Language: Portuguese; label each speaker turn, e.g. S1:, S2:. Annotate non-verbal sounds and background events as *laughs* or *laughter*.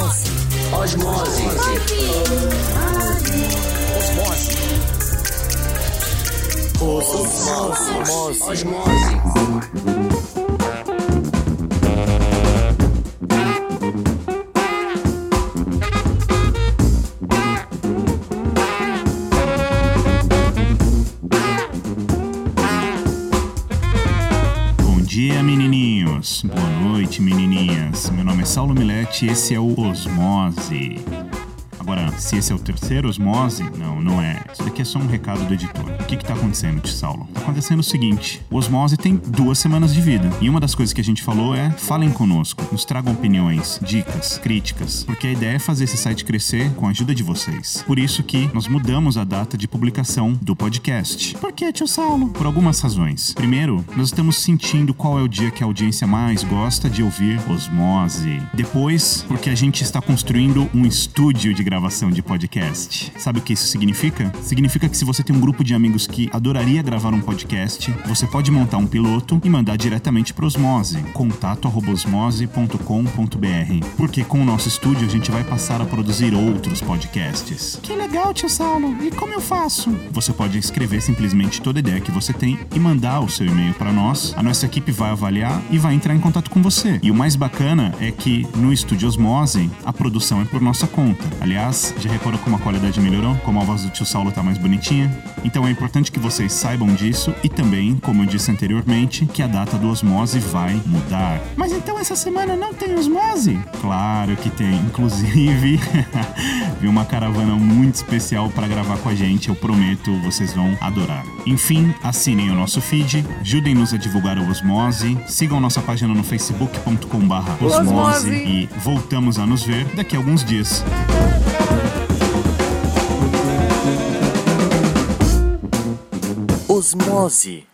S1: Osmose. Osmose. Osmose. Osmose. Osmose.
S2: Boa noite, menininhas. Meu nome é Saulo Milete e esse é o Osmose. Agora, se esse é o terceiro Osmose, não, não é. Isso daqui é só um recado do editor. O que que tá acontecendo, Tio Saulo? Tá acontecendo o seguinte: o Osmose tem duas semanas de vida. E uma das coisas que a gente falou é: falem conosco, nos tragam opiniões, dicas, críticas, porque a ideia é fazer esse site crescer com a ajuda de vocês. Por isso que nós mudamos a data de publicação do podcast. Por que, Tio Saulo? Por algumas razões. Primeiro, nós estamos sentindo qual é o dia que a audiência mais gosta de ouvir Osmose. Depois, porque a gente está construindo um estúdio de gravação de podcast. Sabe o que isso significa? Significa que se você tem um grupo de amigos que adoraria gravar um podcast, você pode montar um piloto e mandar diretamente para Osmose, contato@osmose.com.br. Porque com o nosso estúdio a gente vai passar a produzir outros podcasts. Que legal, tio Saulo. E como eu faço? Você pode escrever simplesmente toda a ideia que você tem e mandar o seu e-mail para nós. A nossa equipe vai avaliar e vai entrar em contato com você. E o mais bacana é que no estúdio Osmose a produção é por nossa conta. Aliás, Aliás, já reparou como a qualidade melhorou? Como a voz do tio Saulo tá mais bonitinha? Então é importante que vocês saibam disso e também, como eu disse anteriormente, que a data do osmose vai mudar. Mas então essa semana não tem osmose? Claro que tem. Inclusive, *laughs* vi uma caravana muito especial para gravar com a gente, eu prometo, vocês vão adorar. Enfim, assinem o nosso feed, ajudem-nos a divulgar o osmose, sigam nossa página no facebook.com/osmose
S3: Osmose.
S2: e voltamos a nos ver daqui a alguns dias.
S1: Osmose.